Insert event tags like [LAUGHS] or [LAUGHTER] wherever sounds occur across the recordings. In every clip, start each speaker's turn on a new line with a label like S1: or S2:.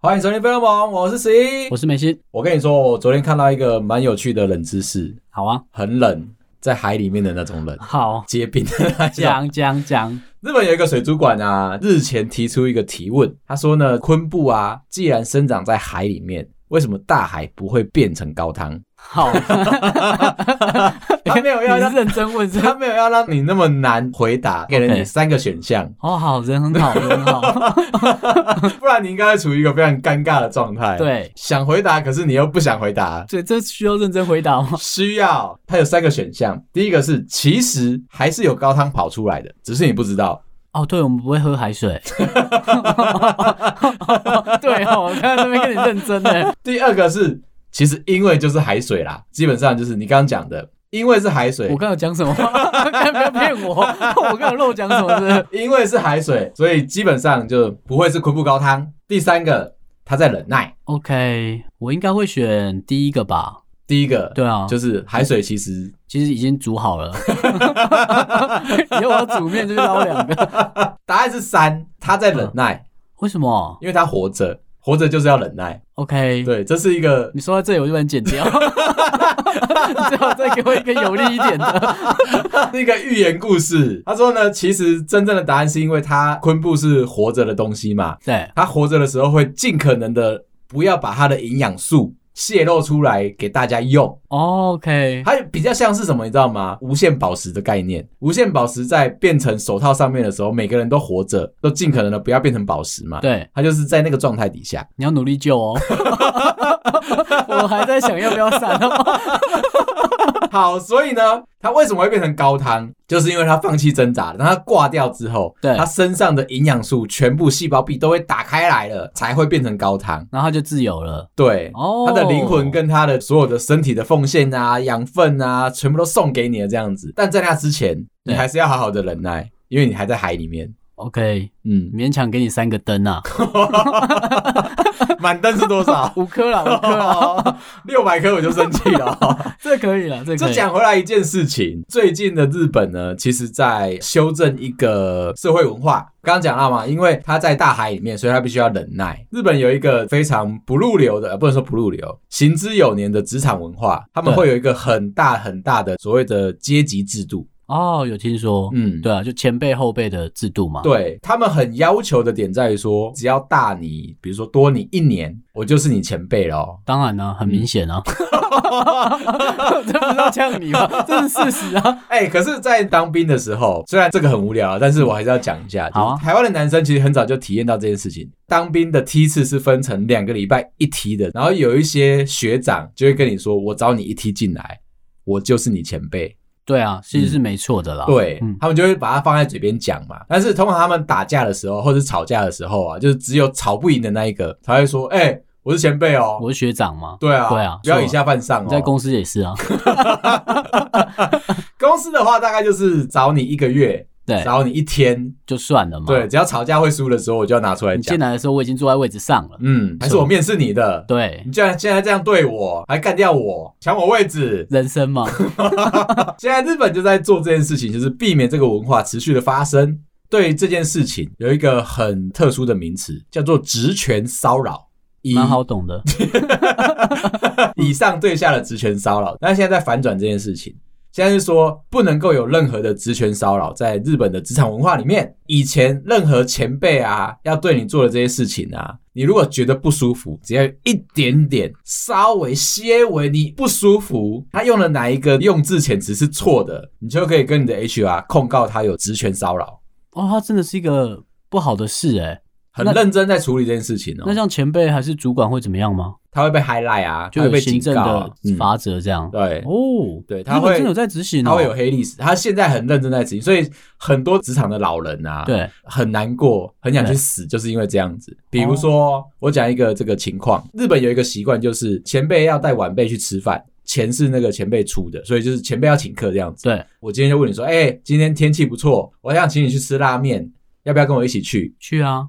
S1: 欢迎收听《飞龙网》，我是十一
S2: [LAUGHS] 我。是梅西。
S1: 我跟你说，我昨天看到一个蛮有趣的冷知识，
S2: 好啊，
S1: 很冷，在海里面的那
S2: [LAUGHS]
S1: 种冷，
S2: 好，
S1: 结冰的那种。
S2: 讲讲讲，
S1: 日本有一个水族馆啊，日前提出一个提问，他说呢，昆布啊，既然生长在海里面，为什么大海不会变成高
S2: [LAUGHS]
S1: 汤？
S2: 好，
S1: 他没有
S2: 你
S1: 要
S2: 是
S1: 让，
S2: 认真问是
S1: 他
S2: 吧？
S1: 没有要让你那么难回答，给了你
S2: OK
S1: 三个选项
S2: [LAUGHS] 哦，好，人很好，人很好，
S1: 不然你应该会处于一个非常尴尬的状态。，
S2: [LAUGHS] 对，
S1: 想回答，可是你又不想回答。
S2: 所以这需要认真回答吗？
S1: [LAUGHS] 需要，它有三个选项。第一个是，其实还是有高汤跑出来的，只是你不知道。
S2: 哦，对，我们不会喝海水。 [LAUGHS] 对哦，我刚才这边跟你认 [LAUGHS] 真呢。
S1: 第二个是，其实因为就是海水啦，基本上就是你刚刚讲的，因为是海水
S2: 我，刚有讲什么？ [LAUGHS] 刚不要骗我， [LAUGHS] 我刚有漏讲什么是不是？
S1: 因为是海水，所以基本上就不会是昆布高汤。第三个，他在忍耐。
S2: OK，我应该会选第一个吧。
S1: 第一个，
S2: 对啊，
S1: 就是海水其实
S2: 其实已经煮好了， [LAUGHS] 以后我要煮面就去捞两个。
S1: 答案是三，他在忍耐，
S2: [LAUGHS] 为什么
S1: 因为他活着，活着就是要忍耐。
S2: ？OK，
S1: 对，这是一个 [LAUGHS]
S2: 你说到这里我就把你剪掉， [LAUGHS] 你最好再给我一个有力一
S1: [LAUGHS]
S2: 点的。
S1: 是一个寓言故事。他说呢，其实真正的答案是因为它昆布是活着的东西嘛，
S2: 对，
S1: 它活着的时候会尽可能的不要把它的营养素泄露出来给大家用。
S2: 哦 OK，
S1: 它比较像是什么，你知道吗？无限宝石的概念。无限宝石在变成手套上面的时候，每个人都活着，都尽可能的不要变成宝石嘛。，
S2: 对，
S1: 它就是在那个状态底下。
S2: 你要努力救哦。 [LAUGHS] 我还在想要不要闪
S1: [LAUGHS]
S2: 哦。
S1: 好，所以呢，它为什么会变成高汤？就是因为它放弃挣扎了。当它挂掉之后，
S2: 对
S1: 它身上的营养素全部细胞壁都会打开来了，才会变成高汤。
S2: 然后他就自由了。
S1: 对，
S2: 哦
S1: 它的灵魂跟它的所有的身体的奉献啊、养分啊，全部都送给你了这样子。但在那之前，你
S2: 对
S1: 还是要好好的忍耐，因为你还在海里面。
S2: OK，
S1: 嗯，
S2: 勉强给你三个灯啊，？
S1: [LAUGHS] 满灯是多少
S2: 五颗啦，五颗啦，
S1: [LAUGHS] 六百颗我就生气了哦。
S2: [LAUGHS] 这可以了，这可
S1: 这
S2: 以。
S1: 讲回来一件事情，最近的日本呢，其实在修正一个社会文化。刚刚讲到嘛，因为他在大海里面，所以他必须要忍耐。日本有一个非常不入流的，呃不能说不入流，行之有年的职场文化，他们
S2: 对
S1: 会有一个很大很大的所谓的阶级制度。
S2: 哦，有听说，
S1: 嗯，
S2: 对啊，就前辈后辈的制度嘛。，
S1: 对他们很要求的点在于说，只要大你，比如说多你一年，我就是你前辈了哦。
S2: 当然呢，很明显啊，
S1: 嗯
S2: [LAUGHS] 这不是要呛你吗？这是事实啊。
S1: 哎、可是，在当兵的时候，虽然这个很无聊啊，但是我还是要讲一下。
S2: 好啊
S1: 就是台湾的男生其实很早就体验到这件事情。当兵的梯次是分成两个礼拜一梯的，然后有一些学长就会跟你说：“我找你一梯进来，我就是你前辈。
S2: 对啊，其实是没错的啦。
S1: 嗯对、
S2: 嗯
S1: 他们就会把它放在嘴边讲嘛。但是通常他们打架的时候，或者吵架的时候啊，就是只有吵不赢的那一个才会说：“哎、我是前辈哦。”
S2: 我是学长嘛，
S1: 对啊，
S2: 对啊
S1: 不要
S2: 是
S1: 以
S2: 我
S1: 下犯上哦。
S2: 你在公司也是
S1: [LAUGHS]
S2: 啊。
S1: 公司的话，大概就是找你一个月，
S2: 对，
S1: 找你一天，
S2: 就算了嘛。
S1: 对，，只要吵架会输的时候，我就要拿出来
S2: 你进
S1: 讲。
S2: 来的时候我已经坐在位置上了。
S1: 嗯，还是我面试你的，
S2: 对
S1: 你，居然现在这样对我，还干掉我，抢我位置。
S2: 人生
S1: [LAUGHS]
S2: 嘛，
S1: 现在日本就在做这件事情，就是避免这个文化持续的发生。对于这件事情有一个很特殊的名词，叫做职权骚扰。以
S2: 蛮好懂的。
S1: 以上对下的职权骚扰，但现在在反转这件事情。现在是说不能够有任何的职权骚扰，在日本的职场文化里面，以前任何前辈啊要对你做的这些事情啊，你如果觉得不舒服，只要有一点点稍微些微你不舒服，他用了哪一个用字遣词是错的，你就可以跟你的 HR 控告他有职权骚扰，
S2: 哦，他真的是一个不好的事哎、
S1: 很
S2: 那
S1: 认真在处理这件事情
S2: 那
S1: 哦，
S2: 像前辈还是主管会怎么样吗？
S1: 他会被 highlight 啊，
S2: 就
S1: 他
S2: 有
S1: 会被
S2: 行
S1: 警
S2: 政
S1: 告啊
S2: 的，法则这样。
S1: 对，
S2: 哦，
S1: 对
S2: 日
S1: 他
S2: 本
S1: 会
S2: 真的有在执行、哦，
S1: 他会有黑历史，他现在很认真在执行，所以很多职场的老人啊，，
S2: 对
S1: 很难过，很想去
S2: 对哦
S1: 死，就是因为这样子。比如说，我讲一个这个情况，日本有一个习惯，就是前辈要带晚辈去吃饭，钱是那个前辈出的，所以就是前辈要请客这样子。
S2: 对，
S1: 我今天就问你说，哎、今天天气不错，我想请你去吃拉面，要不要跟我一起去？
S2: 去啊，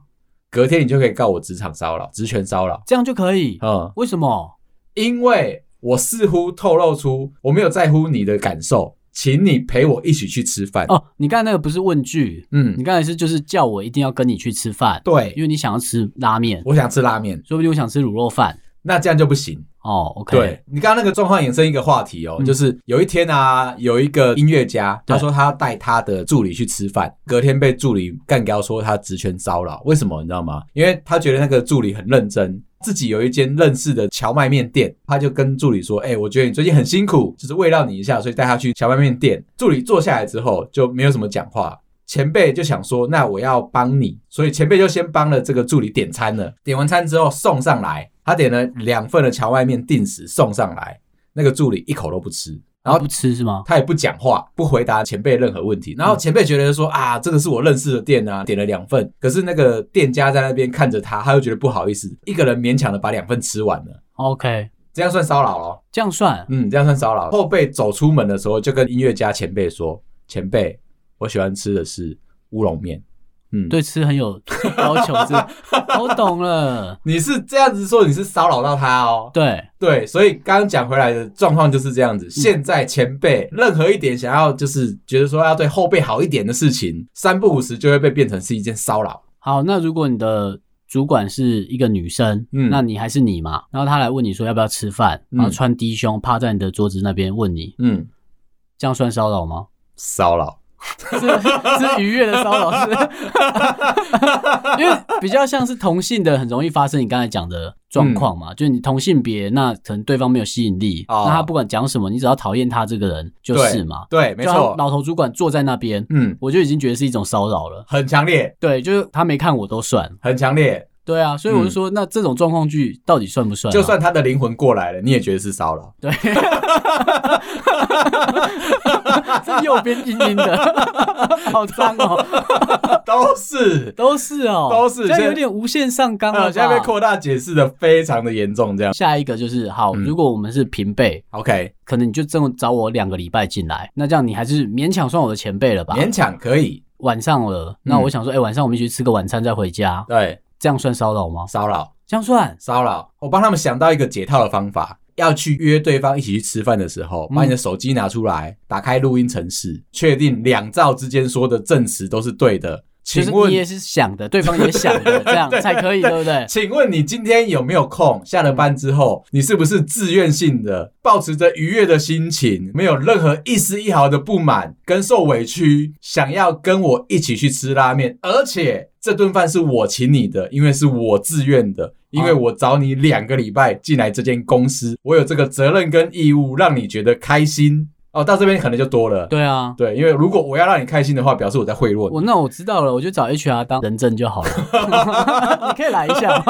S1: 隔天你就可以告我职场骚扰、职权骚扰。
S2: 这样就可以。
S1: 嗯，
S2: 为什么？
S1: 因为我似乎透露出我没有在乎你的感受，请你陪我一起去吃饭。
S2: 哦，你刚才那个不是问句，
S1: 嗯
S2: 你，刚才是就是叫我一定要跟你去吃饭，因
S1: 对，
S2: 为你想要吃拉面，
S1: 我想吃拉面，
S2: 说不定我想吃卤肉饭。
S1: 那这样就不行。
S2: 哦，OK，
S1: 对你刚刚那个状况衍生一个话题哦，
S2: 嗯
S1: 就是有一天啊，有一个音乐家，
S2: 对
S1: 他说他带他的助理去吃饭，隔天被助理干掉，说他职权骚扰。为什么你知道吗？因为他觉得那个助理很认真。自己有一间认识的荞麦面店，他就跟助理说：“哎、我觉得你最近很辛苦，就是慰劳你一下，所以带他去荞麦面店。”助理坐下来之后就没有什么讲话，前辈就想说，那我要帮你，所以前辈就先帮了这个助理点餐了。点完餐之后送上来，他点了两份的荞麦面定时送上来，那个助理一口都不吃，然
S2: 然后
S1: 后
S2: 不吃是吗？
S1: 他也不讲话，不回答前辈任何问题。然后前辈觉得说啊，这个是我认识的店啊，点了两份，可是那个店家在那边看着他，他又觉得不好意思，一个人勉强的把两份吃完了，
S2: OK，
S1: 这样算骚扰哦。
S2: 这样算
S1: 嗯，这样算骚扰。后辈走出门的时候，就跟音乐家前辈说：“前辈，我喜欢吃的是乌龙面。”嗯，，
S2: 对吃很有要求
S1: [LAUGHS]
S2: 是吧，我懂了。
S1: 你是这样子说，你是骚扰到他哦。
S2: 对，
S1: 对，所以刚刚讲回来的状况就是这样
S2: 嗯
S1: 子。现在前辈任何一点想要就是觉得说要对后辈好一点的事情，三不五时就会被变成是一件骚扰。
S2: 好，那如果你的主管是一个女生，
S1: 嗯
S2: 那你还是你嘛，然后她来问你说要不要吃饭，
S1: 嗯
S2: 然后穿低胸趴在你的桌子那边问你，
S1: 嗯，
S2: 这样算骚
S1: [LAUGHS]
S2: 扰吗？
S1: 骚扰。
S2: 是是愉悦的骚扰，是， [LAUGHS] 因为比较像是同性的，很容易发生你刚才讲的状况嘛，就是你同性别，那可能对方没有吸引力，
S1: 嗯哦
S2: 那他不管讲什么，你只要讨厌他这个人就是嘛，
S1: 对，没
S2: 就他
S1: 错。
S2: 老头主管坐在那边，
S1: 嗯，
S2: 我就已经觉得是一种骚扰了。
S1: 很强烈，
S2: 对，就是他没看我都算。
S1: 很强烈。
S2: 对啊，所以我就说，那这种状况剧到底算不算啊、
S1: 嗯就算他的灵魂过来了，你也觉得是骚扰。
S2: 对，这右边阴阴的， [LAUGHS] 好脏哦，
S1: 都是，
S2: [LAUGHS] 都是哦，
S1: 都是
S2: 这
S1: 现在
S2: 样有点无限上纲了
S1: 呃，
S2: 吧。
S1: 现在被扩大解释的非常的严重，这样。
S2: 下一个就是好，
S1: 嗯
S2: 如果我们是平辈，
S1: OK，
S2: 可能你就这么找我两个礼拜进来，那这样你还是勉强算我的前辈了吧？
S1: 勉强可以，
S2: 晚上了，那我想说，哎、晚上我们一起去吃个晚餐再回家，
S1: 对，
S2: 这样算骚扰吗？
S1: 骚扰，
S2: 这样算
S1: 骚扰。我帮他们想到一个解套的方法，要去约对方一起去吃饭的时候，
S2: 嗯
S1: 把你的手机拿出来，打开录音程式，确定两兆之间说的证实都是对的。
S2: 就是
S1: 请
S2: 你也
S1: 问，
S2: 是想的，对方也想
S1: [LAUGHS]
S2: 的，这样才可以，对不 [LAUGHS] 对？
S1: 请问你今天有没有空？下了班之后，
S2: 嗯
S1: 你是不是自愿性的，保持着愉悦的心情，没有任何一丝一毫的不满跟受委屈，想要跟我一起去吃拉面？而且这顿饭是我请你的，因为是我自愿的，因为
S2: 哦
S1: 我找你两个礼拜进来这间公司，我有这个责任跟义务让你觉得开心。哦，到这边可能就多了。
S2: 对啊，
S1: 对，因为如果我要让你开心的话，表示我在贿赂你。
S2: 我那我知道了，我就找 HR 当人证就好了。 [LAUGHS] 你可以来一下吗？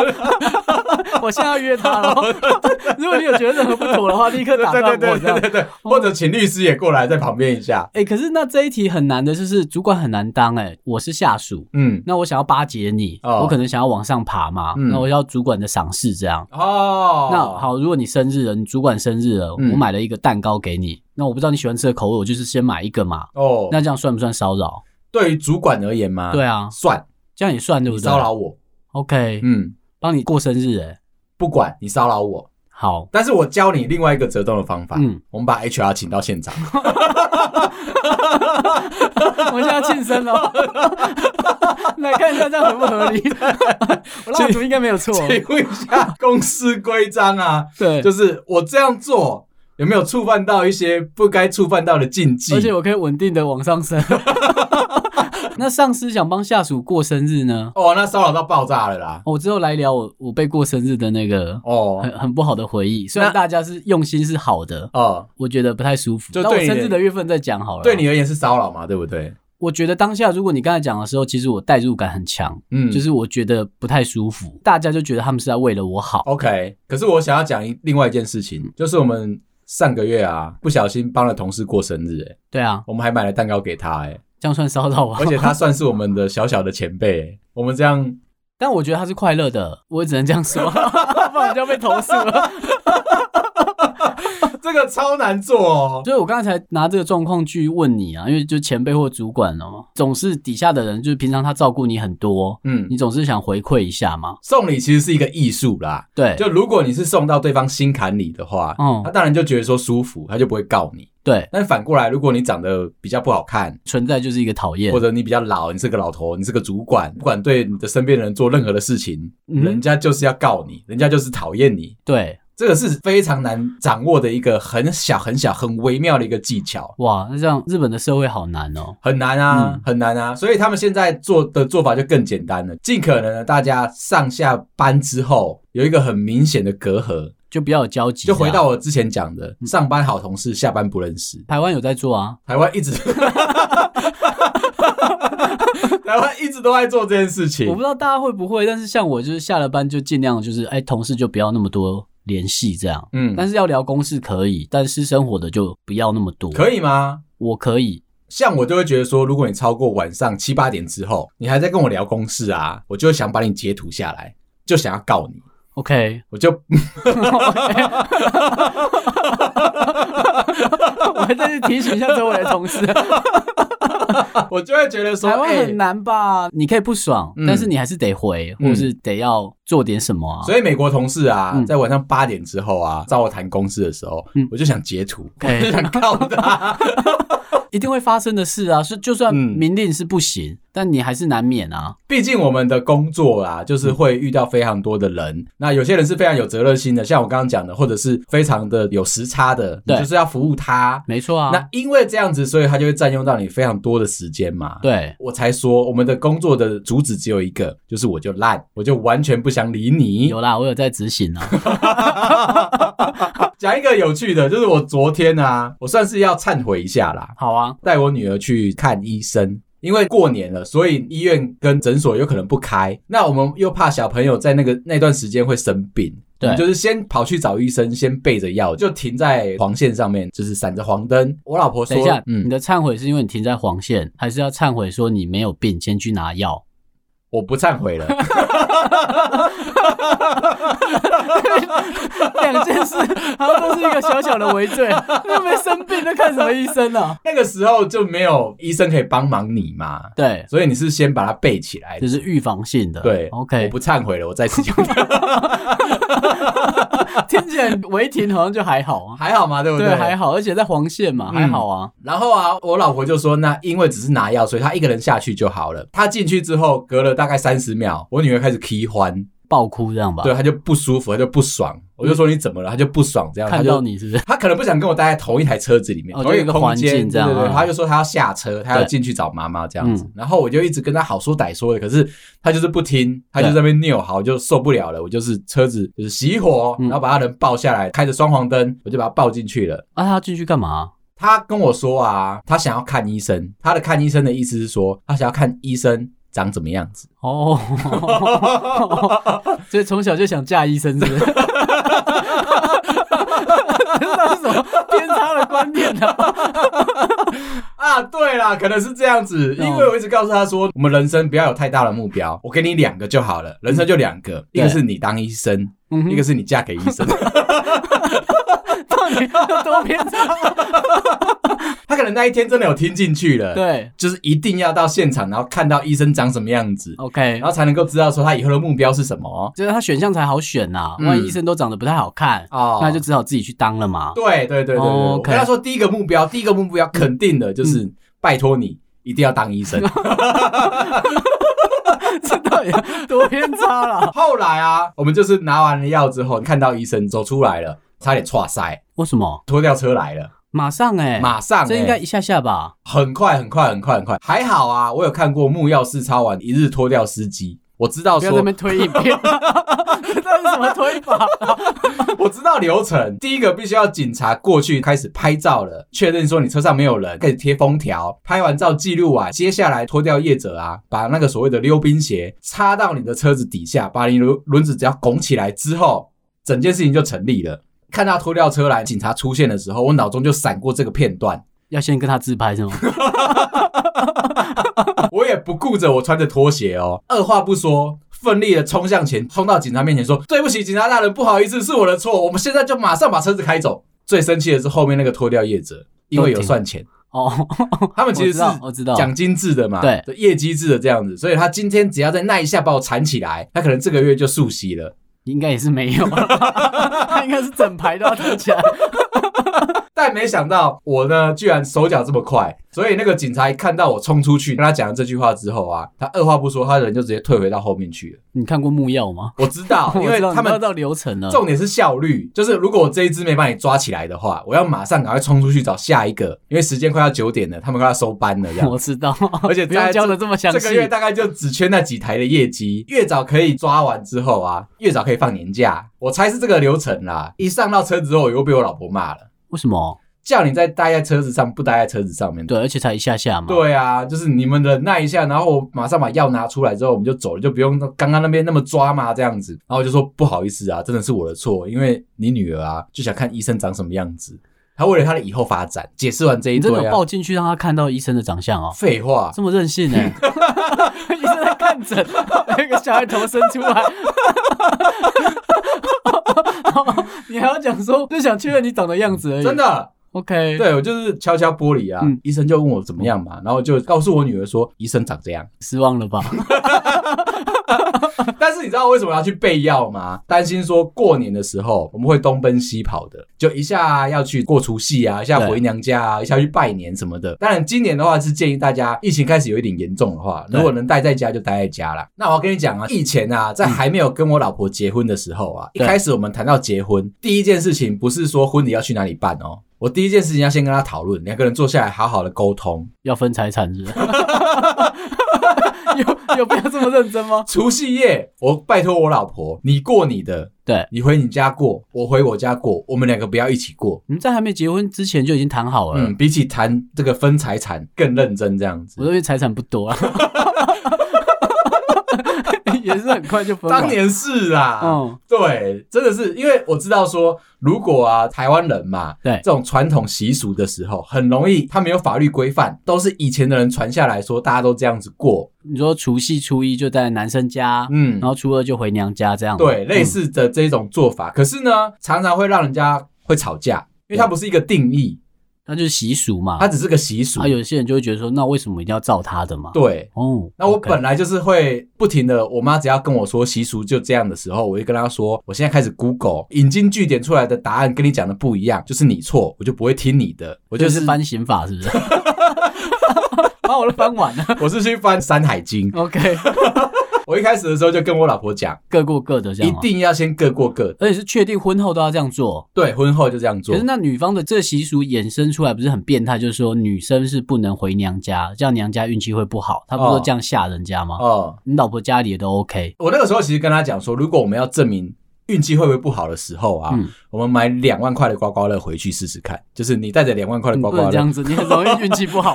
S2: 我现在要约他了。 [LAUGHS] 如果你有觉得任何不妥的话，立刻打
S1: [LAUGHS]
S2: 断
S1: 对
S2: 我。这
S1: 对
S2: 样
S1: 对对对，或者请律师也过来在旁边一下。
S2: 哎、可是那这一题很难的，就是主管很难当、哎，我是下属，
S1: 嗯，
S2: 那我想要巴结你，
S1: 哦
S2: 我可能想要往上爬嘛，
S1: 嗯
S2: 那我要主管的赏识这样。
S1: 哦，
S2: 那，好，如果你生日了，你主管生日了，
S1: 嗯
S2: 我买了一个蛋糕给你，那我不知道你喜欢吃的口味，我就是先买一个嘛。
S1: 哦，
S2: 那这样算不算骚扰？
S1: 对于主管而言吗？
S2: 对，啊，
S1: 算
S2: 这样也算对
S1: 你
S2: 不对？
S1: 骚扰我，
S2: OK，
S1: 嗯，
S2: 帮你过生日哎、
S1: 不管你骚扰我，
S2: 好， [LAUGHS]
S1: 但是我教你另外一个折中的方法，
S2: 嗯，
S1: 我们把 HR 请到现场，
S2: 我现在要庆生了， [LAUGHS] 来看一下这样合不合理。 [LAUGHS]
S1: [LAUGHS]
S2: 我蜡烛应该没有 [LAUGHS] 错，
S1: 请问一下公司规章啊，
S2: [LAUGHS] 对，
S1: 就是我这样做有没有触犯到一些不该触犯到的禁忌？
S2: 而且我可以稳定的往上升。 [LAUGHS] 那上司想帮下属过生日呢？哦
S1: 哦，那骚扰到爆炸了啦，
S2: 我之后来聊我我被过生日的那个
S1: 哦
S2: 很很不好的回忆，虽然
S1: 那
S2: 大家是用心是好的，
S1: 哦，
S2: 我觉得不太舒服。
S1: 就
S2: 那我
S1: 对你
S2: 生
S1: 的
S2: 日的月份再讲好了。
S1: 对，你而言是骚扰嘛，对不对？
S2: 我觉得当下如果你刚才讲的时候，其实我代入感很强，
S1: 嗯，
S2: 就是我觉得不太舒服，大家就觉得他们是在为了我好。
S1: OK，可是我想要讲一另外一件事情，
S2: 嗯
S1: 就是我们上个月啊，不小心帮了同事过生日、欸，
S2: 对啊，
S1: 我们还买了蛋糕给他、欸，
S2: 这样算骚扰啊
S1: 而。且他算是我们的小小的前辈、欸，我们这样
S2: [LAUGHS] 但我觉得他是快乐的，我也只能这样说，不然就要被投诉了。
S1: [LAUGHS] 这这个超难做哦。
S2: [LAUGHS] 所以我刚才拿这个状况去问你啊，因为就前辈或主管哦，总是底下的人，就是平常他照顾你很多，
S1: 嗯，
S2: 你总是想回馈一下嘛。
S1: 送礼其实是一个艺术啦。
S2: 对，
S1: 就啊如果你是送到对方心坎里的话，
S2: 嗯
S1: 他当然就觉得说舒服，他就不会告你。
S2: 对，
S1: 但反过来，如果你长得比较不好看，
S2: 存在就是一个讨厌
S1: 或。者你比较老，你是个老头，你是个主管，不管对你的身边的人做任何的事情，
S2: 嗯
S1: 人家就是要告你，人家就是讨厌你。
S2: 对，
S1: 这个是非常难掌握的一个很小很小很微妙的一个技巧，
S2: 哇，那这样日本的社会好难哦。
S1: 很难啊
S2: 嗯，
S1: 很难啊。所以他们现在做的做法就更简单了，尽可能的大家上下班之后有一个很明显的隔阂，
S2: 就比较有交集这
S1: 就
S2: 样。
S1: 回到我之前讲的，
S2: 嗯
S1: 上班好同事，下班不认识。
S2: 台湾有在做啊，
S1: 台湾一直， [LAUGHS] 台湾一直都在做这件事情
S2: 我不。知道大家会不会，但是像我就是下了班就尽量就是哎，同事就不要那么多联系这样。
S1: 嗯，
S2: 但是要聊公事可以，但私生活的就不要那么多。
S1: 可以吗？
S2: 我可以，
S1: 像我就会觉得说，如果你超过晚上七八点之后，你还在跟我聊公事啊，我就想把你截图下来，就想要告你，
S2: OK，
S1: [LAUGHS] 我就
S2: 我还在这提醒一下周围的
S1: [LAUGHS]
S2: 同事，
S1: 我就会觉得说，
S2: 台湾
S1: 哎
S2: 很难吧？你可以不爽，
S1: 嗯
S2: 但是你还是得回，
S1: 嗯
S2: 或是得要做点什么啊？
S1: 所以美国同事啊，
S2: 嗯
S1: 在晚上八点之后啊，找我谈公事的时候，
S2: 嗯
S1: 我就想截图，
S2: OK
S1: 我就想告
S2: [LAUGHS]
S1: 他。
S2: 一定会发生的事啊！是就算
S1: 嗯
S2: 明令是不行，但你还是难免啊。
S1: 毕竟我们的工作
S2: 嗯
S1: 啊，就是会遇到非常多的人。那有些人是非常有责任心的，像我刚刚讲的，或者是非常的有时差的，你
S2: 对
S1: 就是要服务他。
S2: 没错啊
S1: 那，因为这样子，所以他就会占用到你非常多的时间嘛。
S2: 对，
S1: 我才说我们的工作的主旨只有一个，就是我就烂，我就完全不想理你。
S2: 有啦，我有在执
S1: [LAUGHS]
S2: 行啊。
S1: 讲一个有趣的，就是我昨天啊，我算是要忏悔一下啦，
S2: 好啊，
S1: 带我女儿去看医生。因为过年了，所以医院跟诊所有可能不开。那我们又怕小朋友在那个那段时间会生病，
S2: 对
S1: 我们就是先跑去找医生，先备着药，就停在黄线上面，就是闪着黄灯。我老婆说
S2: 等一下，，你
S1: 嗯，
S2: 的忏悔是因为你停在黄线，还是要忏悔说你没有病，先去拿药？
S1: 我不忏悔了。
S2: [LAUGHS] 两件事好像都是一个小小的违 [LAUGHS] 罪，又没生病，那看什么医生啊？
S1: 那个时候就没有医生可以帮忙你嘛，
S2: 对，
S1: 所以你是先把它背起来
S2: 这。是预防性的。
S1: 对我
S2: ，OK，
S1: 不忏悔了，我再次
S2: [LAUGHS]
S1: 讲，
S2: 听起来违停好像就还好啊。
S1: 还好嘛，对不
S2: [LAUGHS] 对，
S1: 对，
S2: 还。好，而且在黄线嘛，
S1: 嗯
S2: 还好啊。
S1: 然后啊，我老婆就说，那因为只是拿药，所以她一个人下去就好了。她进去之后，隔了大概三十秒，我女儿开始啼欢，
S2: 爆哭这样吧。
S1: 对，，她就不舒服，她就不爽。我就说你怎么了？她就不爽，这样她
S2: 看
S1: 就
S2: 到你是不是？
S1: 他可能不想跟我待在同一台车子里面，
S2: 哦
S1: 同
S2: 就有
S1: 一
S2: 一个
S1: 空
S2: 环
S1: 间，
S2: 境这样
S1: 对对对，
S2: 啊
S1: 他就说他要下车，他要进去找妈妈这样子
S2: 嗯。
S1: 然后我就一直跟他好说歹说的，可是他就是不听，他就在那边拗，好，我就受不了了。我就是车子就是熄火，
S2: 嗯
S1: 然后把他人抱下来，开着双黄灯，我就把他抱进去了。
S2: 啊，他进去干嘛？
S1: 他跟我说啊，他想要看医生，他的看医生的意思是说，他想要看医生长怎么样子。
S2: [LAUGHS] 哦，所以从小就想嫁医生， [LAUGHS] 是不是？这是什么偏差的观念呢、 [LAUGHS] 啊？
S1: 啊，对啦，可能是这样子，
S2: 哦
S1: 因为我一直告诉他说，我们人生不要有太大的目标，我给你两个就好了，人生就两个，一
S2: 对
S1: 个是你当医生，
S2: 嗯哼
S1: 一个是你嫁给医 [LAUGHS] 生。
S2: 到 [LAUGHS] 底要多偏差？
S1: 他可能那一天真的有听进去了，，
S2: 对
S1: 就是一定要到现场，然后看到医生长什么样子，
S2: ，OK，
S1: 然后才能够知道说他以后的目标是什么哦。
S2: 就是他选项才好选呐、
S1: 嗯
S2: 万一医生都长得不太好看，
S1: 哦
S2: 那就只好自己去当了
S1: [LAUGHS]
S2: 嘛。
S1: 对对对对对，
S2: 哦
S1: 我
S2: ，OK
S1: 跟他说第一个目标，第一个目标肯定的就是拜托你一定要当医生。
S2: 这到底多偏差啦？
S1: [LAUGHS] 后来啊，我们就是拿完了药之后，看到医生走出来了，差点岔塞，
S2: 为什么？
S1: 拖掉车来了。
S2: 马上哎、
S1: 马上、欸，
S2: 这应该一下下吧？
S1: 很快，很快，很快，很快。还好啊，我有看过木曜四超完一日脱掉司机，我知道
S2: 不要在那
S1: 说，
S2: 边推一
S1: [LAUGHS]
S2: 遍，这到底什么推法？
S1: 我知道流程。第一个必须要警察过去开始拍照了，确认说你车上没有人，开始贴封条。拍完照记录完，接下来脱掉业者啊，把那个所谓的溜冰鞋插到你的车子底下，把你轮轮子只要拱起来之后，整件事情就成立了。看到脱掉车来，警察出现的时候，我脑中就闪过这个片段。
S2: [LAUGHS] 要先跟他自
S1: [LAUGHS]
S2: 拍是吗？
S1: 我也不顾着我穿着拖鞋哦，二话不说。奋力的冲向前，冲到警察面前说：“对不起，警察大人，不好意思，是我的错，我们现在就马上把车子开走。”最生气的是后面那个脱掉业者，因为有算钱，
S2: 哦，
S1: 他们其实是
S2: 我知道我知道
S1: 奖金制的嘛，
S2: 对，
S1: 业绩制的这样子，所以他今天只要再耐一下把我缠起来，他可能这个月就溯溪了。
S2: 应该也是
S1: [LAUGHS]
S2: 没有，他应该是整排都要跳起来。
S1: 但没想到我呢，居然手脚这么快，所以那个警察一看到我冲出去跟他讲了这句话之后啊，他二话不说，他人就直接退回到后面去了。
S2: 你看过木曜吗？，
S1: 我知道因
S2: [LAUGHS]
S1: 为他们
S2: 到流程了，
S1: 重点是效率，就是如果我这一只没把你抓起来的话，我要马上赶快冲出去找下一个，因为时间快要九点了，他们快要收班了，这样。
S2: [LAUGHS] 我知道，
S1: 啊而且
S2: 不要
S1: 在
S2: 教的这么详
S1: 这个月
S2: 细。
S1: 大概就只缺那几台的业绩，越早可以抓完之后啊，越早可以放年假。我猜是这个流程啦。一上到车之后，我又被我老婆骂了，
S2: 为什么？
S1: 叫你再待在车子上，不待在车子上面。
S2: 对，而且才一下下嘛。
S1: 对啊，就是你们忍耐一下，然后我马上把药拿出来之后，我们就走了，就不用刚刚那边那么抓嘛，这样子。然后我就说不好意思啊，真的是我的错，因为你女儿啊就想看医生长什么样子，她为了她的以后发展，解释完这一
S2: 你
S1: 堆
S2: 真的有
S1: 啊，
S2: 抱进去让他看到医生的长相哦，
S1: 废话，
S2: 这么任
S1: [LAUGHS]
S2: 性呢、医生在看诊，那个小孩头伸出来。 [LAUGHS] 你还要讲说，就想确认你长的样子而已。
S1: 真的。
S2: OK，，
S1: 对我就是敲敲玻璃啊，
S2: 嗯
S1: 医生就问我怎么样嘛，然后就告诉我女儿说医生长这样。
S2: 失望了吧？
S1: 但是你知道为什么要去备药吗？担心说过年的时候我们会东奔西跑的，就一下要去过除夕啊，一下回娘家啊，一下去拜年什么的。当然，今年的话是建议大家，疫情开始有一点严重的话，
S2: 对
S1: 如果能待在家就待在家啦。那我要跟你讲啊，以前啊，在还没有跟我老婆结婚的时候啊，一
S2: 嗯对
S1: 开始我们谈到结婚，第一件事情不是说婚礼要去哪里办哦。我第一件事情要先跟她讨论，两个人坐下来好好的沟通。
S2: 要分财产
S1: [LAUGHS]
S2: 是不是？有有必要这么认真吗？
S1: 除夕夜，我拜托我老婆，你过你的，
S2: 对，
S1: 你回你家过，我回我家过，我们两个不要一起过。
S2: 你们在还没结婚之前就已经谈好了。
S1: 嗯，比起谈这个分财产更认真这样
S2: 我
S1: 子。
S2: 这边财产不
S1: [LAUGHS]
S2: 多啊，也是很快就分完。
S1: 当年啊是啦，
S2: 嗯，
S1: 对，真的是因为我知道说，如果啊台湾人嘛，
S2: 对
S1: 这种传统习俗的时候，很容易他没有法律规范，都是以前的人传下来说大家都这样子过，
S2: 你说除夕初一就在男生家，
S1: 嗯
S2: 然，后初二就回娘家这样。
S1: 对，类
S2: 嗯
S1: 似的这种做法，可是呢，常常会让人家会吵架，因为它不是一个定义，
S2: 那就是习俗嘛。
S1: 它只是个习俗
S2: 啊，。有些人就会觉得说，那为什么一定要照他的嘛？
S1: 对，
S2: 哦，
S1: 那我
S2: OK
S1: 本来就是会不停的，我妈只要跟我说习俗就这样的时候，我就跟她说，我现在开始 Google 引经据典出来的答案跟你讲的不一样，就是你错，我就不会听你的，我
S2: 我
S1: 就
S2: 就是是翻刑法，是不 [LAUGHS] 是？把我都翻完了。
S1: [LAUGHS] 我是去翻《山海经》。 [LAUGHS]
S2: OK，
S1: 我一开始的时候就跟我老婆讲，
S2: 各过各的这
S1: 一
S2: 样吗。
S1: 定要先各过各的，
S2: 而且是确定婚后都要这样做。
S1: 对，婚后就这样做
S2: 可是。那女方的这习俗衍生出来不是很变态，就是说女生是不能回娘家，这样娘家运气会不好。她不是说
S1: 哦
S2: 这样吓人家吗？
S1: 哦，
S2: 你老婆家里也都 OK，
S1: 我那个时候其实跟她讲说，如果我们要证明运气会不会不好的时候啊，
S2: 嗯
S1: 我们买两万块的刮刮乐回去试试看，就是你带着两万块的
S2: 你
S1: 刮
S2: 嗯不
S1: 刮
S2: 能这
S1: 乐。
S2: 样子，你很容易运气不好，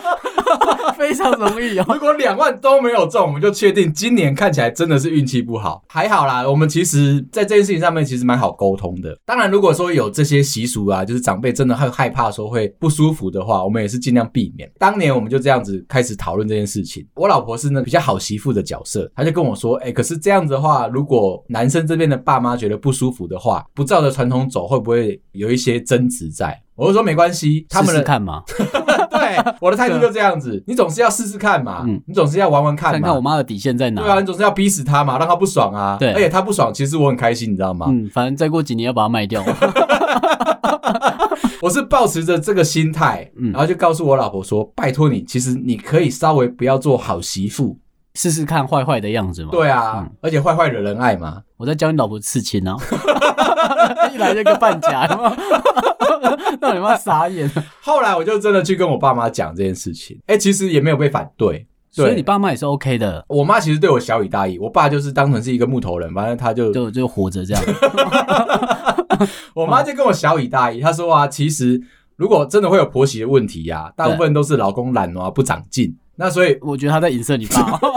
S2: [LAUGHS] 非常容易哦。
S1: [LAUGHS] 如果两万都没有中，我们就确定今年看起来真的是运气不好。还好啦，我们其实在这件事情上面其实蛮好沟通的。当然，如果说有这些习俗啊，就是长辈真的会害怕说会不舒服的话，我们也是尽量避免。当年我们就这样子开始讨论这件事情。我老婆是那比较好媳妇的角色，她就跟我说：“哎、可是这样子的话，如果男生这边的爸妈觉得不舒服的话，不照着传统走，会不会有一些争执在？”我就说没关系，他们
S2: 试
S1: 的
S2: 试看嘛，
S1: [LAUGHS] 对，我的态度就这样子，你总是要试试看嘛，
S2: 啊嗯
S1: 你总是要玩玩看嘛。
S2: 看看我妈的底线在哪。
S1: 对啊，你总是要逼死他嘛，让他不爽啊。
S2: 对
S1: 而且他不爽，其实我很开心，你知道吗？
S2: 嗯，反正再过几年要把它卖 [LAUGHS] 掉。
S1: 我是抱持着这个心态，
S2: 嗯
S1: 然后就告诉我老婆说：“拜托你，其实你可以稍微不要做好媳妇。
S2: 试试看坏坏的样子嘛。，
S1: 对啊，
S2: 嗯
S1: 而且坏坏惹人爱嘛。
S2: 我在教你老婆刺青 [LAUGHS] 啊，一来就个半夹，有没 [LAUGHS] 有让你妈傻眼。
S1: 后来我就真的去跟我爸妈讲这件事情，哎、其实也没有被反对。
S2: 所以
S1: 对
S2: 你爸妈也是 OK 的，
S1: 我妈其实对我小以大义，我爸就是当成是一个木头人，反正他就
S2: 就就活着这样。
S1: 我
S2: 嗯
S1: 妈就跟我小以大意，她说啊，其实如果真的会有婆媳的问题呀、啊，大部分都是老公懒啊，不长进。那所以
S2: [LAUGHS] 我觉得他在影射你爸，我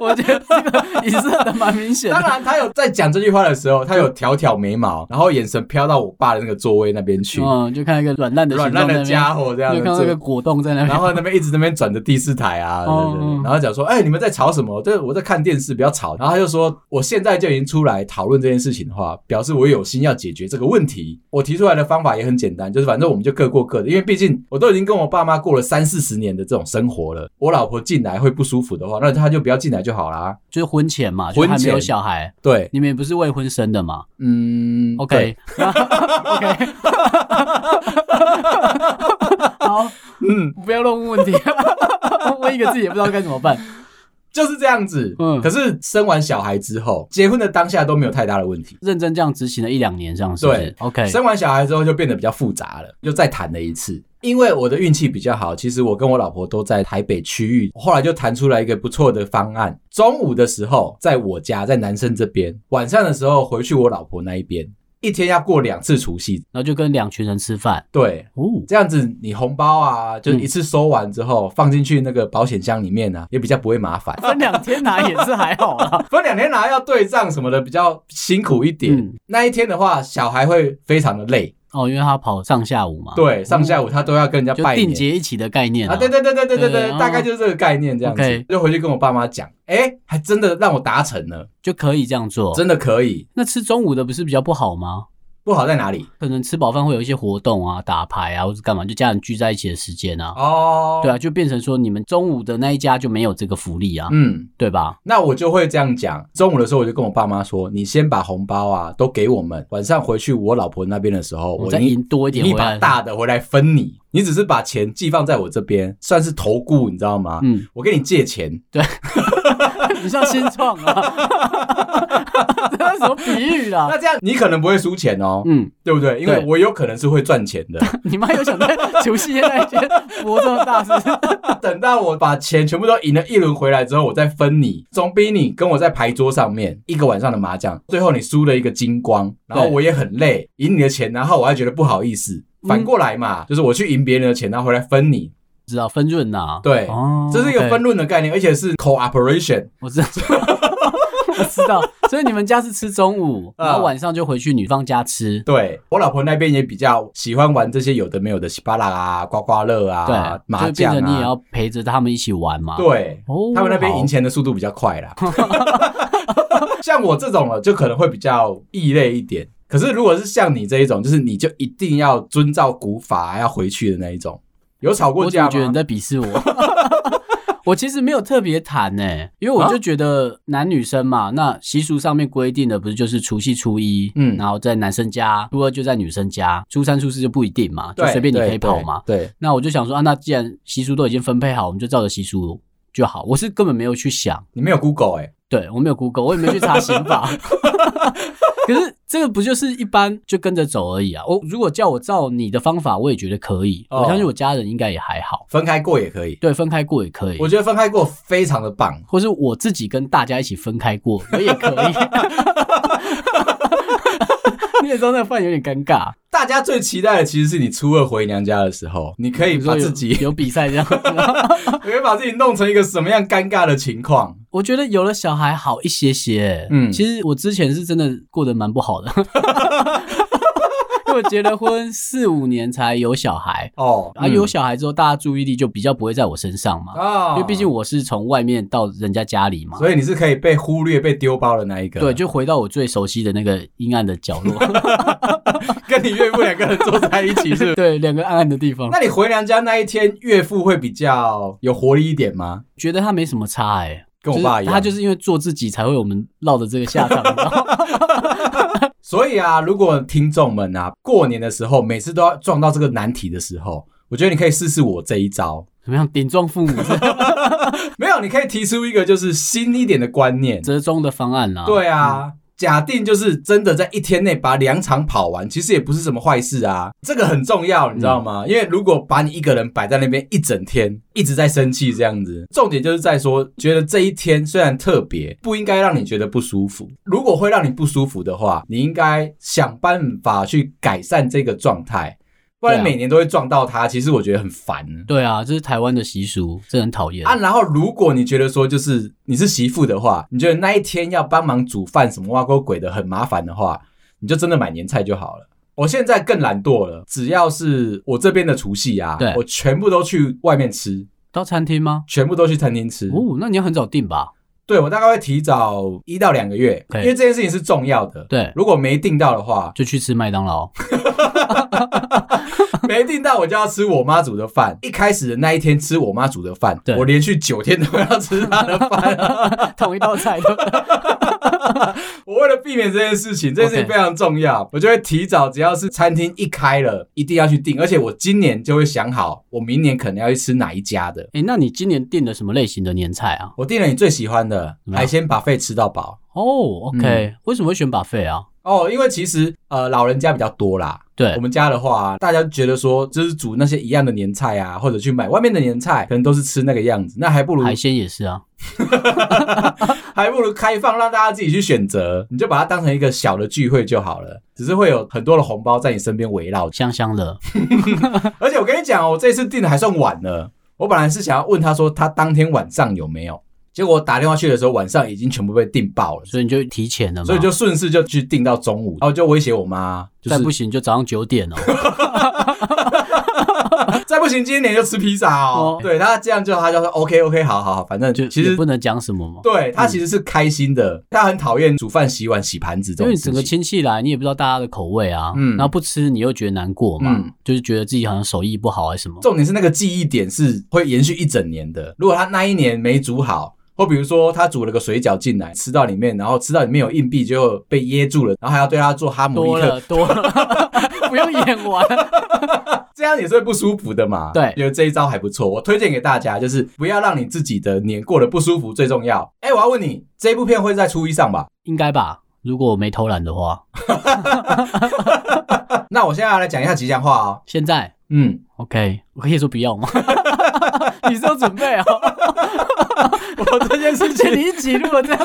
S2: 我觉得这个影射的蛮明显
S1: 当
S2: 的。
S1: 然，他有在讲这句话的时候，他有挑挑眉毛，然后眼神飘到我爸的那个座位那边去，
S2: 嗯，就看一个软烂的
S1: 软
S2: 形
S1: 烂
S2: 状在那
S1: 的
S2: 边
S1: 家伙这样
S2: 就
S1: 子
S2: 看到那个果冻 [LAUGHS] 在那
S1: 然
S2: 边。
S1: 后那边一直那边转着第四台啊，
S2: 哦
S1: 对对对
S2: 嗯
S1: 然后讲说，哎、你们在吵什么？这我在看电视，不要吵。然后他就说，我现在就已经出来讨论这件事情的话，表示我有心要解决这个问题。我提出来的方法也很简单，就是反正我们就各过各的，因为毕竟我都已经跟我爸妈过了三四十年的这种生活了。我老婆进来会不舒服的话，那她就不要进来就好啦。
S2: 就是婚前嘛，就
S1: 婚
S2: 还没有
S1: 前
S2: 小孩，
S1: 对，
S2: 你们也不是未婚生的嘛
S1: 嗯对
S2: ？OK，OK，好，
S1: 嗯，
S2: 不要乱问问题， [LAUGHS] 问一个字也不知道该怎么办。
S1: 就是这样子。
S2: 嗯
S1: 可是生完小孩之后，结婚的当下都没有太大的问题。
S2: 认真这样执行了一两年，这样是不是
S1: 对
S2: ？OK，
S1: 生完小孩之后就变得比较复杂了，又再谈了一次。因为我的运气比较好，其实我跟我老婆都在台北区域，后来就谈出来一个不错的方案。中午的时候在我家，在男生这边；晚上的时候回去我老婆那一边。一天要过两次除夕，
S2: 然后就跟两群人吃饭。
S1: 对，
S2: 哦，
S1: 这样子你红包啊，
S2: 嗯
S1: 就是一次收完之后、放进去那个保险箱里面呢、也比较不会麻
S2: [LAUGHS]
S1: 烦。
S2: 分两天拿也是还好啊啦。
S1: 分两天拿要对账什么的比较辛苦一点。
S2: 嗯
S1: 那一天的话，小孩会非常的累，
S2: [LAUGHS] 哦，因为他跑上下午嘛，，
S1: 对，上下午他都要跟人家
S2: 哦就
S1: 拜年
S2: 定。节一起的概念
S1: 啊，对对对对对对
S2: 对
S1: 对，大概
S2: 哦
S1: 就是这个概念这样子
S2: OK，
S1: 就回去跟我爸妈讲，哎，还真的让我达成了，
S2: 就可以这样做。
S1: 真的可以。
S2: 那吃中午的不是比较不好吗？
S1: 不好在哪里？
S2: 可能吃饱饭会有一些活动啊，打牌啊，或者干嘛，就家人聚在一起的时间啊。
S1: 哦，
S2: 对啊，，就变成说你们中午的那一家就没有这个福利啊，
S1: 嗯，
S2: 对吧？
S1: 那我就会这样讲。中午的时候，我就跟我爸妈说，你先把红包啊都给我们，晚上回去我老婆那边的时候，
S2: 我
S1: 我
S2: 再
S1: 一
S2: 赢多一点
S1: 一
S2: 回
S1: 把
S2: 来。
S1: 大的回来分你，你只是把钱寄放在我这边，算是投顾，你知道吗？
S2: [LAUGHS] 嗯，
S1: 我跟你借钱，
S2: 你像新创啊， [LAUGHS] 这是什么比喻啦？
S1: 那这样你可能不会输钱哦，
S2: 啊嗯，
S1: 对不对？因为
S2: 对
S1: 我有可能是会赚钱的。
S2: 你妈有想在 [LAUGHS] 除夕夜那一天博这么大是不是？ [LAUGHS]
S1: 等到我把钱全部都赢了一轮回来之后，我再分你，总比你跟我在牌桌上面一个晚上的麻将，最后你输了一个精光，然后我也很累，赢你的钱，然后我还觉得不好意思。
S2: 嗯
S1: 反过来嘛，就是我去赢别人的钱，然后回来分你，
S2: 知道分润呐、
S1: 对
S2: 哦
S1: 这是一个
S2: OK
S1: 分论的概念，而且是 cooperation。
S2: 我知道， [LAUGHS] 我知道。所以你们家是吃中午，
S1: 啊
S2: 然后晚上就回去女方家吃。
S1: 对我老婆那边也比较喜欢玩这些有的没有的稀巴拉啊、刮刮乐
S2: 对，
S1: 啊、麻
S2: 就变
S1: 将
S2: 成你也
S1: 啊
S2: 要，陪着他们一起玩嘛。，
S1: 对，
S2: 哦
S1: 他们那边赢
S2: 好
S1: 钱的速度比较快啦。 [LAUGHS] 像我这种了，就可能会比较异类一点。可是如果是像你这一种，就是你就一定要遵照古法要回去的那一种。有吵过
S2: 我怎么
S1: 架
S2: 觉得
S1: 吗
S2: 你？在鄙视我？ [LAUGHS] 我其实没有特别谈呢、因为
S1: 啊
S2: 我就觉得男女生嘛，那习俗上面规定的不是就是除夕初一，
S1: 嗯
S2: 然后在男生家，初二就在女生家，初三初四就不一定嘛，就
S1: 对
S2: 随便你可以跑嘛。。
S1: 对，对
S2: 那我就想说啊，那既然习俗都已经分配好，我们就照着习俗就好。我是根本没有去想，
S1: 你没有 Google 哎、
S2: 对我没有 Google，我也没去查刑法。 [LAUGHS] 可是这个不就是一般就跟着走而已啊？我如果叫我照你的方法，我也觉得可以。
S1: 哦
S2: 我相信我家人应该也还好，
S1: 分开过也可以。
S2: 对，分开过也可以
S1: 我，觉得分开过非常的棒。
S2: 或是我自己跟大家一起分开过，我也可以。 [LAUGHS] 你也知道那个饭有点尴尬，
S1: 大家最期待的其实是你初二回娘家的时候，你可以
S2: 比如说
S1: 哎把
S2: 有
S1: 自
S2: [LAUGHS]
S1: 己，
S2: 有比赛这样。
S1: 可以把自己弄成一个什么样尴尬的情况？
S2: 我觉得有了小孩好一些些。嗯，
S1: 嗯
S2: 其实我之前是真的过得蛮不好的， [LAUGHS] 因为我结了婚四五年才有小孩，
S1: 哦，
S2: 啊，
S1: 嗯
S2: 有小孩之后大家注意力就比较不会在我身上嘛，
S1: 啊，
S2: 因为毕竟我是从外面到人家家里嘛。
S1: 所以你是可以被忽略、被丢包的那一个。
S2: 对，就回到我最熟悉的那个阴暗的角落，
S1: [LAUGHS] 跟你岳父两个人坐在一起是不是
S2: [LAUGHS] 对，两个暗暗的地方，
S1: [LAUGHS] 那你回娘家那一天，岳父会比较有活力一点吗？
S2: 觉得他没什么差哎、
S1: 跟我爸一
S2: 就是
S1: 样，
S2: 他就是因为做自己才会有我们唠的这个
S1: [LAUGHS]
S2: 下场，你知道吗
S1: 所以啊，如果听众们啊，过年的时候每次都要撞到这个难题的时候，我觉得你可以试试我这一招。
S2: 怎么样顶撞父母是
S1: 没有，你可以提出一个就是新一点的观念。
S2: 折中的方案
S1: [LAUGHS]
S2: 啦、
S1: 对
S2: 嗯
S1: 啊。假定就是真的在一天内把两场跑完，其实也不是什么坏事啊，这个很重要，你知道
S2: 嗯
S1: 吗？因为如果把你一个人摆在那边一整天，一直在生气这样子，重点就是在说，觉得这一天虽然特别，不应该让你觉得不舒服。如果会让你不舒服的话，你应该想办法去改善这个状态。不然
S2: 对啊
S1: 每年都会撞到他，其实我觉得很烦。
S2: 对啊，这是台湾的习俗，这很讨厌
S1: 啊，然后如果你觉得说就是你是媳妇的话，你觉得那一天要帮忙煮饭什么挖沟鬼的很麻烦的话，你就真的买年菜就好了。我现在更懒惰了，只要是我这边的除夕啊
S2: 对，
S1: 我全部都去外面吃，
S2: 到餐厅吗？
S1: 全部都去餐厅吃。
S2: 哦，那你要很早订吧？
S1: 对我大概会提早一到两个月，因
S2: 对
S1: 为这件事情是重要的。
S2: 对，
S1: 如果没订到的
S2: [LAUGHS]
S1: 话，
S2: 就去吃麦
S1: [LAUGHS]
S2: 当劳。
S1: 没订到我就要吃我妈煮的饭。一开始的那一天吃我妈煮的饭
S2: 对，
S1: 我连续九天都要吃她的饭。
S2: 同一道 [LAUGHS] 菜的。
S1: 我为了避免这件事情，这件事情
S2: OK
S1: 非常重要我就会提早，只要是餐厅一开了，一定要去订。而且我今年就会想好，我明年可能要去吃哪一家的。
S2: 哎、那你今年订了什么类型的年菜啊？
S1: 我订了你最喜欢的
S2: 嗯
S1: 海鲜把费吃到饱
S2: 哦、o k
S1: 嗯
S2: 为什么会选把费啊？
S1: 哦，因为其实呃老人家比较多啦。
S2: 对
S1: 我，们家的话，大家觉得说就是煮那些一样的年菜啊，或者去买外面的年菜，可能都是吃那个样子，那还不如
S2: 海鲜也是啊。
S1: 还不如开放让大家自己去选择，你就把它当成一个小的聚会就好了。只是会有很多的红包在你身边围绕着。
S2: 香香的，
S1: 而且我跟你讲哦，我这次订的还算晚了。我本来是想要问他说他当天晚上有没有，结果我打电话去的时候晚上已经全部被订爆了，
S2: 所以你就提前了嘛。
S1: 所以就顺势就去订到中午，然后就威胁我妈，就
S2: 再
S1: 是
S2: 不行就早上
S1: [LAUGHS]
S2: 九点哦。
S1: 再不行今天就吃披萨哦。
S2: 哦
S1: 对他这样就他就说 OK OK 好好好，反正
S2: 就
S1: 其
S2: 也
S1: 实
S2: 不能讲什么嘛，
S1: 对他其实是开心的，他很讨厌煮饭、洗碗、洗盘子这
S2: 因
S1: 种
S2: 为
S1: 事
S2: 整个
S1: 情。
S2: 亲戚来，你也不知道大家的口味啊，
S1: 嗯
S2: 然后不吃你又觉得难过嘛，
S1: 嗯
S2: 就是觉得自己好像手艺不好还是什么，
S1: 重点是那个记忆点是会延续一整年的。如果他那一年没煮好，或比如说他煮了个水饺进来，吃到里面，然后吃到里面有硬币就被噎住了，然后还要对他做哈姆
S2: 多
S1: 立克，
S2: 了
S1: [LAUGHS]
S2: 多了，不用演完，
S1: 这样也是会不舒服的嘛。
S2: 对
S1: 觉得这一招还不错，我推荐给大家，就是不要让你自己的年过得不舒服最重要。哎、我要问你，这部片会在初一上吧？
S2: 应该吧？如果我没偷懒的话，
S1: 那我现在要来讲一下吉祥话哦。
S2: 现在
S1: 嗯，
S2: OK，我可以说不
S1: [LAUGHS]
S2: 要吗？你是有准备啊、哦？
S1: 我这件事情
S2: 你一集如果这样，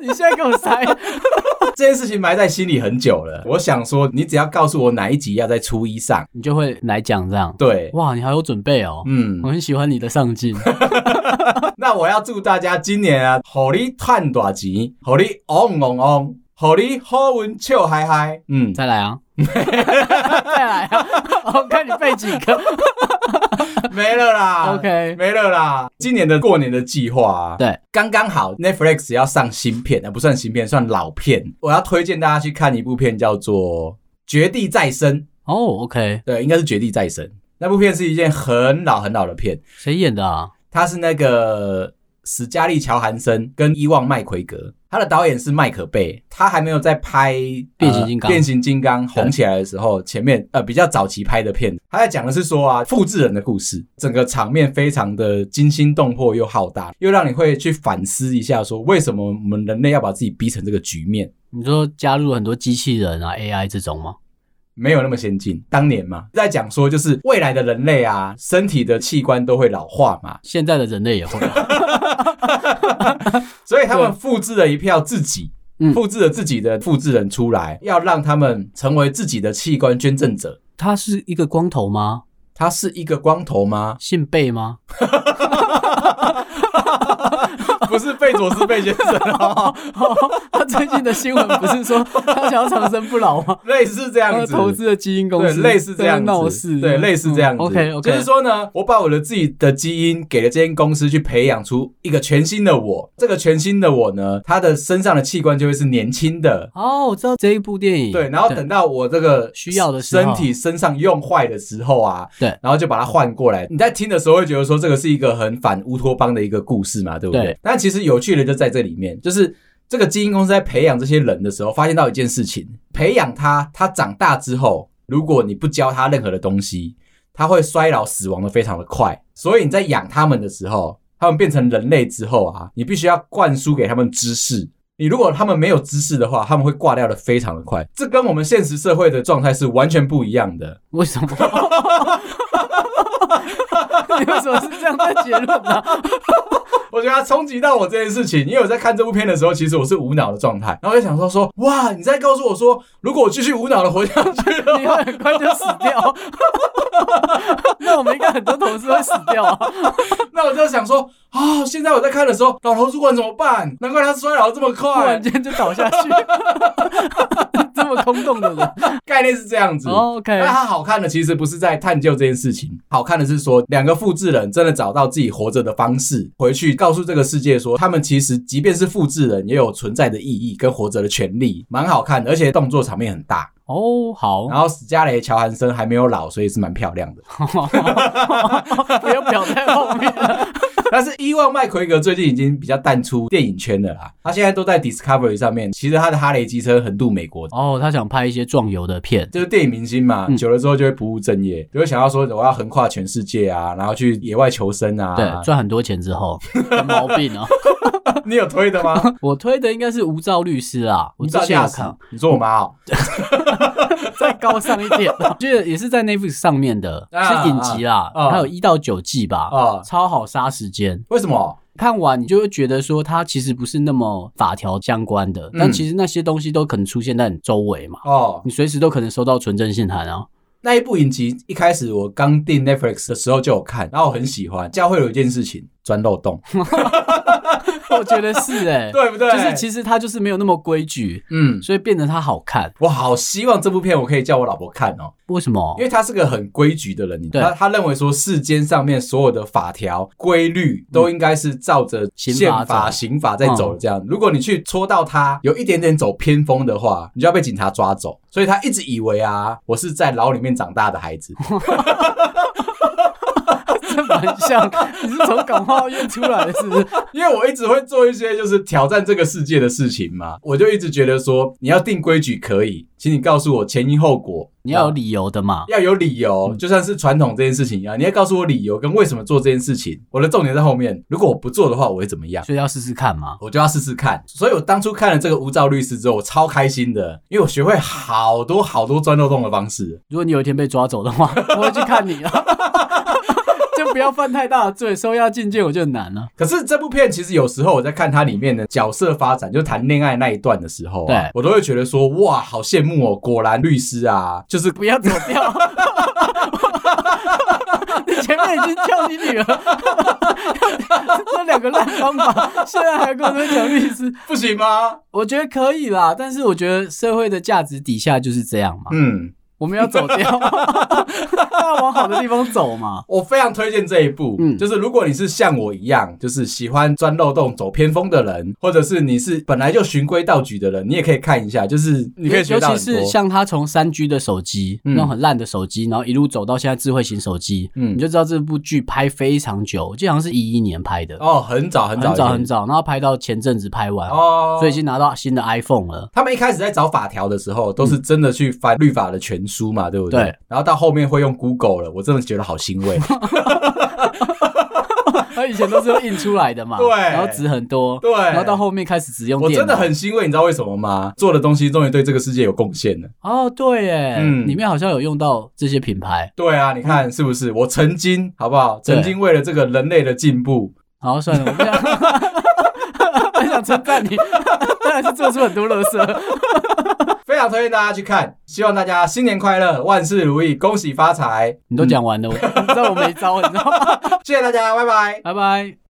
S2: 你现在给我塞，
S1: [LAUGHS] 这件事情埋在心里很久了。我想说，你只要告诉我哪一集要在初一上，
S2: 你就会来讲这样。
S1: 对，
S2: 哇，你好有准备哦，
S1: 嗯
S2: 我，很喜欢你的上进。
S1: 那我要祝大家今年啊，好你赚大钱，好你旺旺旺，好你好运笑嗨嗨。
S2: [LAUGHS]
S1: 嗯，
S2: 再
S1: [LAUGHS]
S2: 来啊，再来啊！我看你背几个。
S1: 没了啦
S2: OK
S1: 没了啦。今年的过年的计划、啊，
S2: 对，
S1: 刚刚好 Netflix 要上新片，呃，不算新片，算老片。我要推荐大家去看一部片，叫做《绝地再生》。
S2: 哦，OK，
S1: 对，应该是《绝地再生》那部片是一件很老很老的片，
S2: 谁演的啊？
S1: 它是那个史嘉丽·乔韩森跟伊旺·麦奎格，他的导演是麦可贝，他还没有在拍《
S2: 变形金刚
S1: 呃变形金刚红起来的时候，前面呃比较早期拍的片，他在讲的是说啊，复制人的故事，整个场面非常的惊心动魄又浩大，又让你会去反思一下说，为什么我们人类要把自己逼成这个局面？
S2: 你说加入很多机器人啊、AI 这种吗？
S1: 没有那么先进，当年嘛，在讲说就是未来的人类啊，身体的器官都会老化嘛，
S2: 现在的人类也 [LAUGHS] 会啊、
S1: 所以他们复制了一票自己
S2: 嗯，
S1: 复制了自己的复制人出来，要让他们成为自己的器官捐赠者。
S2: 他是一个光头吗？？
S1: 他是一个光头吗
S2: 姓贝吗？
S1: [LAUGHS] 不是贝佐斯贝先生哦，
S2: [LAUGHS] 他最近的新闻不是 [LAUGHS] 说他想要长生不老吗？
S1: [LAUGHS] 类似这样
S2: 他
S1: 子，
S2: 投资的基因公
S1: 对，
S2: 司，
S1: 类似这样
S2: 在
S1: 子
S2: 闹事，嗯
S1: 对，类似这样子。
S2: OK
S1: 就
S2: OK，
S1: 是说呢，我把我的自己的基因给了这间公司去培养出一个全新的我，这个全新的我呢，他的身上的器官就会是年轻的。
S2: 哦，我知道这一部电影，
S1: 对，然
S2: [LAUGHS]
S1: 后等到我这个
S2: 需要的时
S1: 身
S2: 候
S1: 体身上用坏的时候啊，
S2: 对
S1: 然后就把它换过来。你在听的时候会觉得说这个是一个很反乌托邦的一个故事嘛，对不对？
S2: 对
S1: 但其实有趣的就在这里面，就是这个基因公司在培养这些人的时候，发现到一件事情：培养他，他长大之后，如果你不教他任何的东西，他会衰老死亡的非常的快。所以你在养他们的时候，他们变成人类之后啊，你必须要灌输给他们知识。你如果他们没有知识的话，他们会挂掉的非常的快。这跟我们现实社会的状态是完全不一样的。
S2: 为什么？ [LAUGHS] 你为什么是这样的结论 [LAUGHS] 呢、
S1: 我觉得它冲击到我这件事情，因为我在看这部片的时候，其实我是无脑的状态，然后我就想说说，哇，你在告诉我说，如果我继续无脑的活下去的话，
S2: 你会很快就死掉。 [LAUGHS] 那我们应该很多同事会死掉啊！
S1: [LAUGHS] 那我就想说，啊、现在我在看的时候，老头主管怎么办？难怪他衰老这么
S2: 突
S1: 快
S2: 然，间就倒下去， [LAUGHS] 这么空洞的人。
S1: 概念是这样子。
S2: [LAUGHS] 哦 OK，
S1: 那它好看的其实不是在探究这件事情，好看的是说两个复制人真的找到自己活着的方式，回去告诉这个世界说，他们其实即便是复制人，也有存在的意义跟活着的权利，蛮好看的，而且动作场面很大。
S2: 哦，好，
S1: 然后史嘉蕾·乔韩森还没有老，所以是蛮漂亮的。
S2: [LAUGHS]
S1: [LAUGHS]
S2: 不要表在后面了。
S1: 但是伊万麦奎格最近已经比较淡出电影圈了啦，他现在都在 Discovery 上面，骑着他的哈雷机车横渡美国。
S2: [LAUGHS] 哦，他想拍一些壮游的片，
S1: 就是电影明星嘛，
S2: 嗯
S1: 久了之后就会不务正业，就会想要说我要横跨全世界啊，然后去野外求生啊。
S2: 对，赚很多钱之 [LAUGHS] 后，有毛病哦。
S1: [LAUGHS] 你有推的吗？
S2: [LAUGHS] 我推的应该是无照律师啊，我
S1: 你
S2: 之
S1: 造
S2: 前
S1: 假
S2: 有
S1: 死
S2: 看，？
S1: 你说我妈哦？
S2: 再高尚一 [LAUGHS] 点，我觉得也是在 Netflix 上面的，
S1: 啊
S2: 是影集啦，
S1: 啊啊
S2: 它有一到九季吧，
S1: 啊
S2: 超好杀时间。
S1: 为什么？
S2: 看完你就会觉得说，它其实不是那么法条相关的，但其实那些东西都可能出现在你周围嘛，
S1: 哦，
S2: 你随时都可能收到纯正信函啊。 [LAUGHS]
S1: 那一部影集一开始我刚订 Netflix 的时候就有看，然后我很喜欢。教会有一件事情，钻漏洞， [LAUGHS]
S2: 我觉得是哎、
S1: 对不对？
S2: 就是其实它就是没有那么规矩，
S1: 嗯，
S2: 所以变得它好看。
S1: 我好希望这部片我可以叫我老婆看哦，
S2: 为什么 [LAUGHS]
S1: 因？为她是个很规矩的人，你
S2: 对
S1: 她她认为说世间上面所有的法条规律都应该是照着
S2: 嗯刑
S1: 宪
S2: 法
S1: 法、
S2: 走嗯
S1: 刑法在走的这样。如果你去戳到她有一点点走偏锋的话，你就要被警察抓走。所以她一直以为啊，我是在牢里面长大的孩
S2: [LAUGHS]
S1: 子，
S2: 这蛮像，你是从感化院出来的，是不是？
S1: 因为我一直会做一些就是挑战这个世界的事情嘛，我就一直觉得说，你要定规矩可以，请你告诉我前因后果，
S2: 你要有理由的嘛。
S1: 要有理由，就算是传统这件事情一样，啊你要告诉我理由跟为什么做这件事情。我的重点在后面，如果我不做的话，我会怎么样？
S2: 所以要试试看嘛。
S1: 我就要试试看，所以我当初看了这个无照律师之后，我超开心的，因为我学会好多好多钻漏洞的方式。
S2: 如果你有一天被抓走的话，我会去看你了。 [LAUGHS] 就不要犯太大的罪，收押禁见我就很难了。
S1: 可是这部片其实有时候我在看它里面的角色发展，就谈恋爱那一段的时候、啊，
S2: 对
S1: 我都会觉得说，哇，好羡慕哦，果然律师啊，就是
S2: 不要走掉。 [LAUGHS] 你前面已经叫你女儿， [LAUGHS] 这两个烂方法，现在还跟我们讲律师，
S1: 不行吗？
S2: 我觉得可以啦。但是我觉得社会的价值底下就是这样嘛，
S1: 嗯，
S2: 我们要走掉， [LAUGHS] 要往好的地方走嘛。
S1: 我非常推荐这一部。
S2: 嗯
S1: 就是如果你是像我一样，就是喜欢钻漏洞、走偏锋的人，或者是你是本来就循规蹈矩的人，你也可以看一下，就是你可以学
S2: 尤
S1: 到
S2: 其
S1: 很多。
S2: 是像他从三 G 的手机，
S1: 嗯
S2: 那种很烂的手机，然后一路走到现在智慧型手机，
S1: 嗯
S2: 你就知道这部剧拍非常久，我记得好像是一一年拍的，
S1: 哦，很早很早
S2: 很早
S1: 以前
S2: 很早，然后拍到前阵子拍完，
S1: 哦，
S2: 所以已经拿到新的 iPhone [LAUGHS] 了。
S1: 他们一开始在找法条的时候，都是真的去翻律法的全书嘛，对不对？
S2: 对
S1: 然后到后面会用 Google 了，我真的觉得好欣
S2: [LAUGHS]
S1: 慰。
S2: 他哦以前都是用印出来的 [LAUGHS] 嘛，
S1: 对
S2: 然后纸很多，
S1: 对
S2: 然后到后面开始只用
S1: 我
S2: 电脑，
S1: 真的很欣慰，你知道为什么吗？做的东西终于对这个世界有贡献了。
S2: 哦，对耶，
S1: 嗯
S2: 里面好像有用到这些品牌。
S1: 对啊，你看是不是？我曾经好不好？
S2: 嗯对
S1: 曾经为了这个人类的进步，
S2: 好，算了，我不想， [LAUGHS] 我想称赞你， [LAUGHS] 当然是做出很多乐色。
S1: 非常推荐大家去看。希望大家新年快乐，万事如意，恭喜发财！嗯
S2: 你都讲完了，我你知道我没招，你知道吗？
S1: 谢谢大家，拜拜。
S2: 拜拜。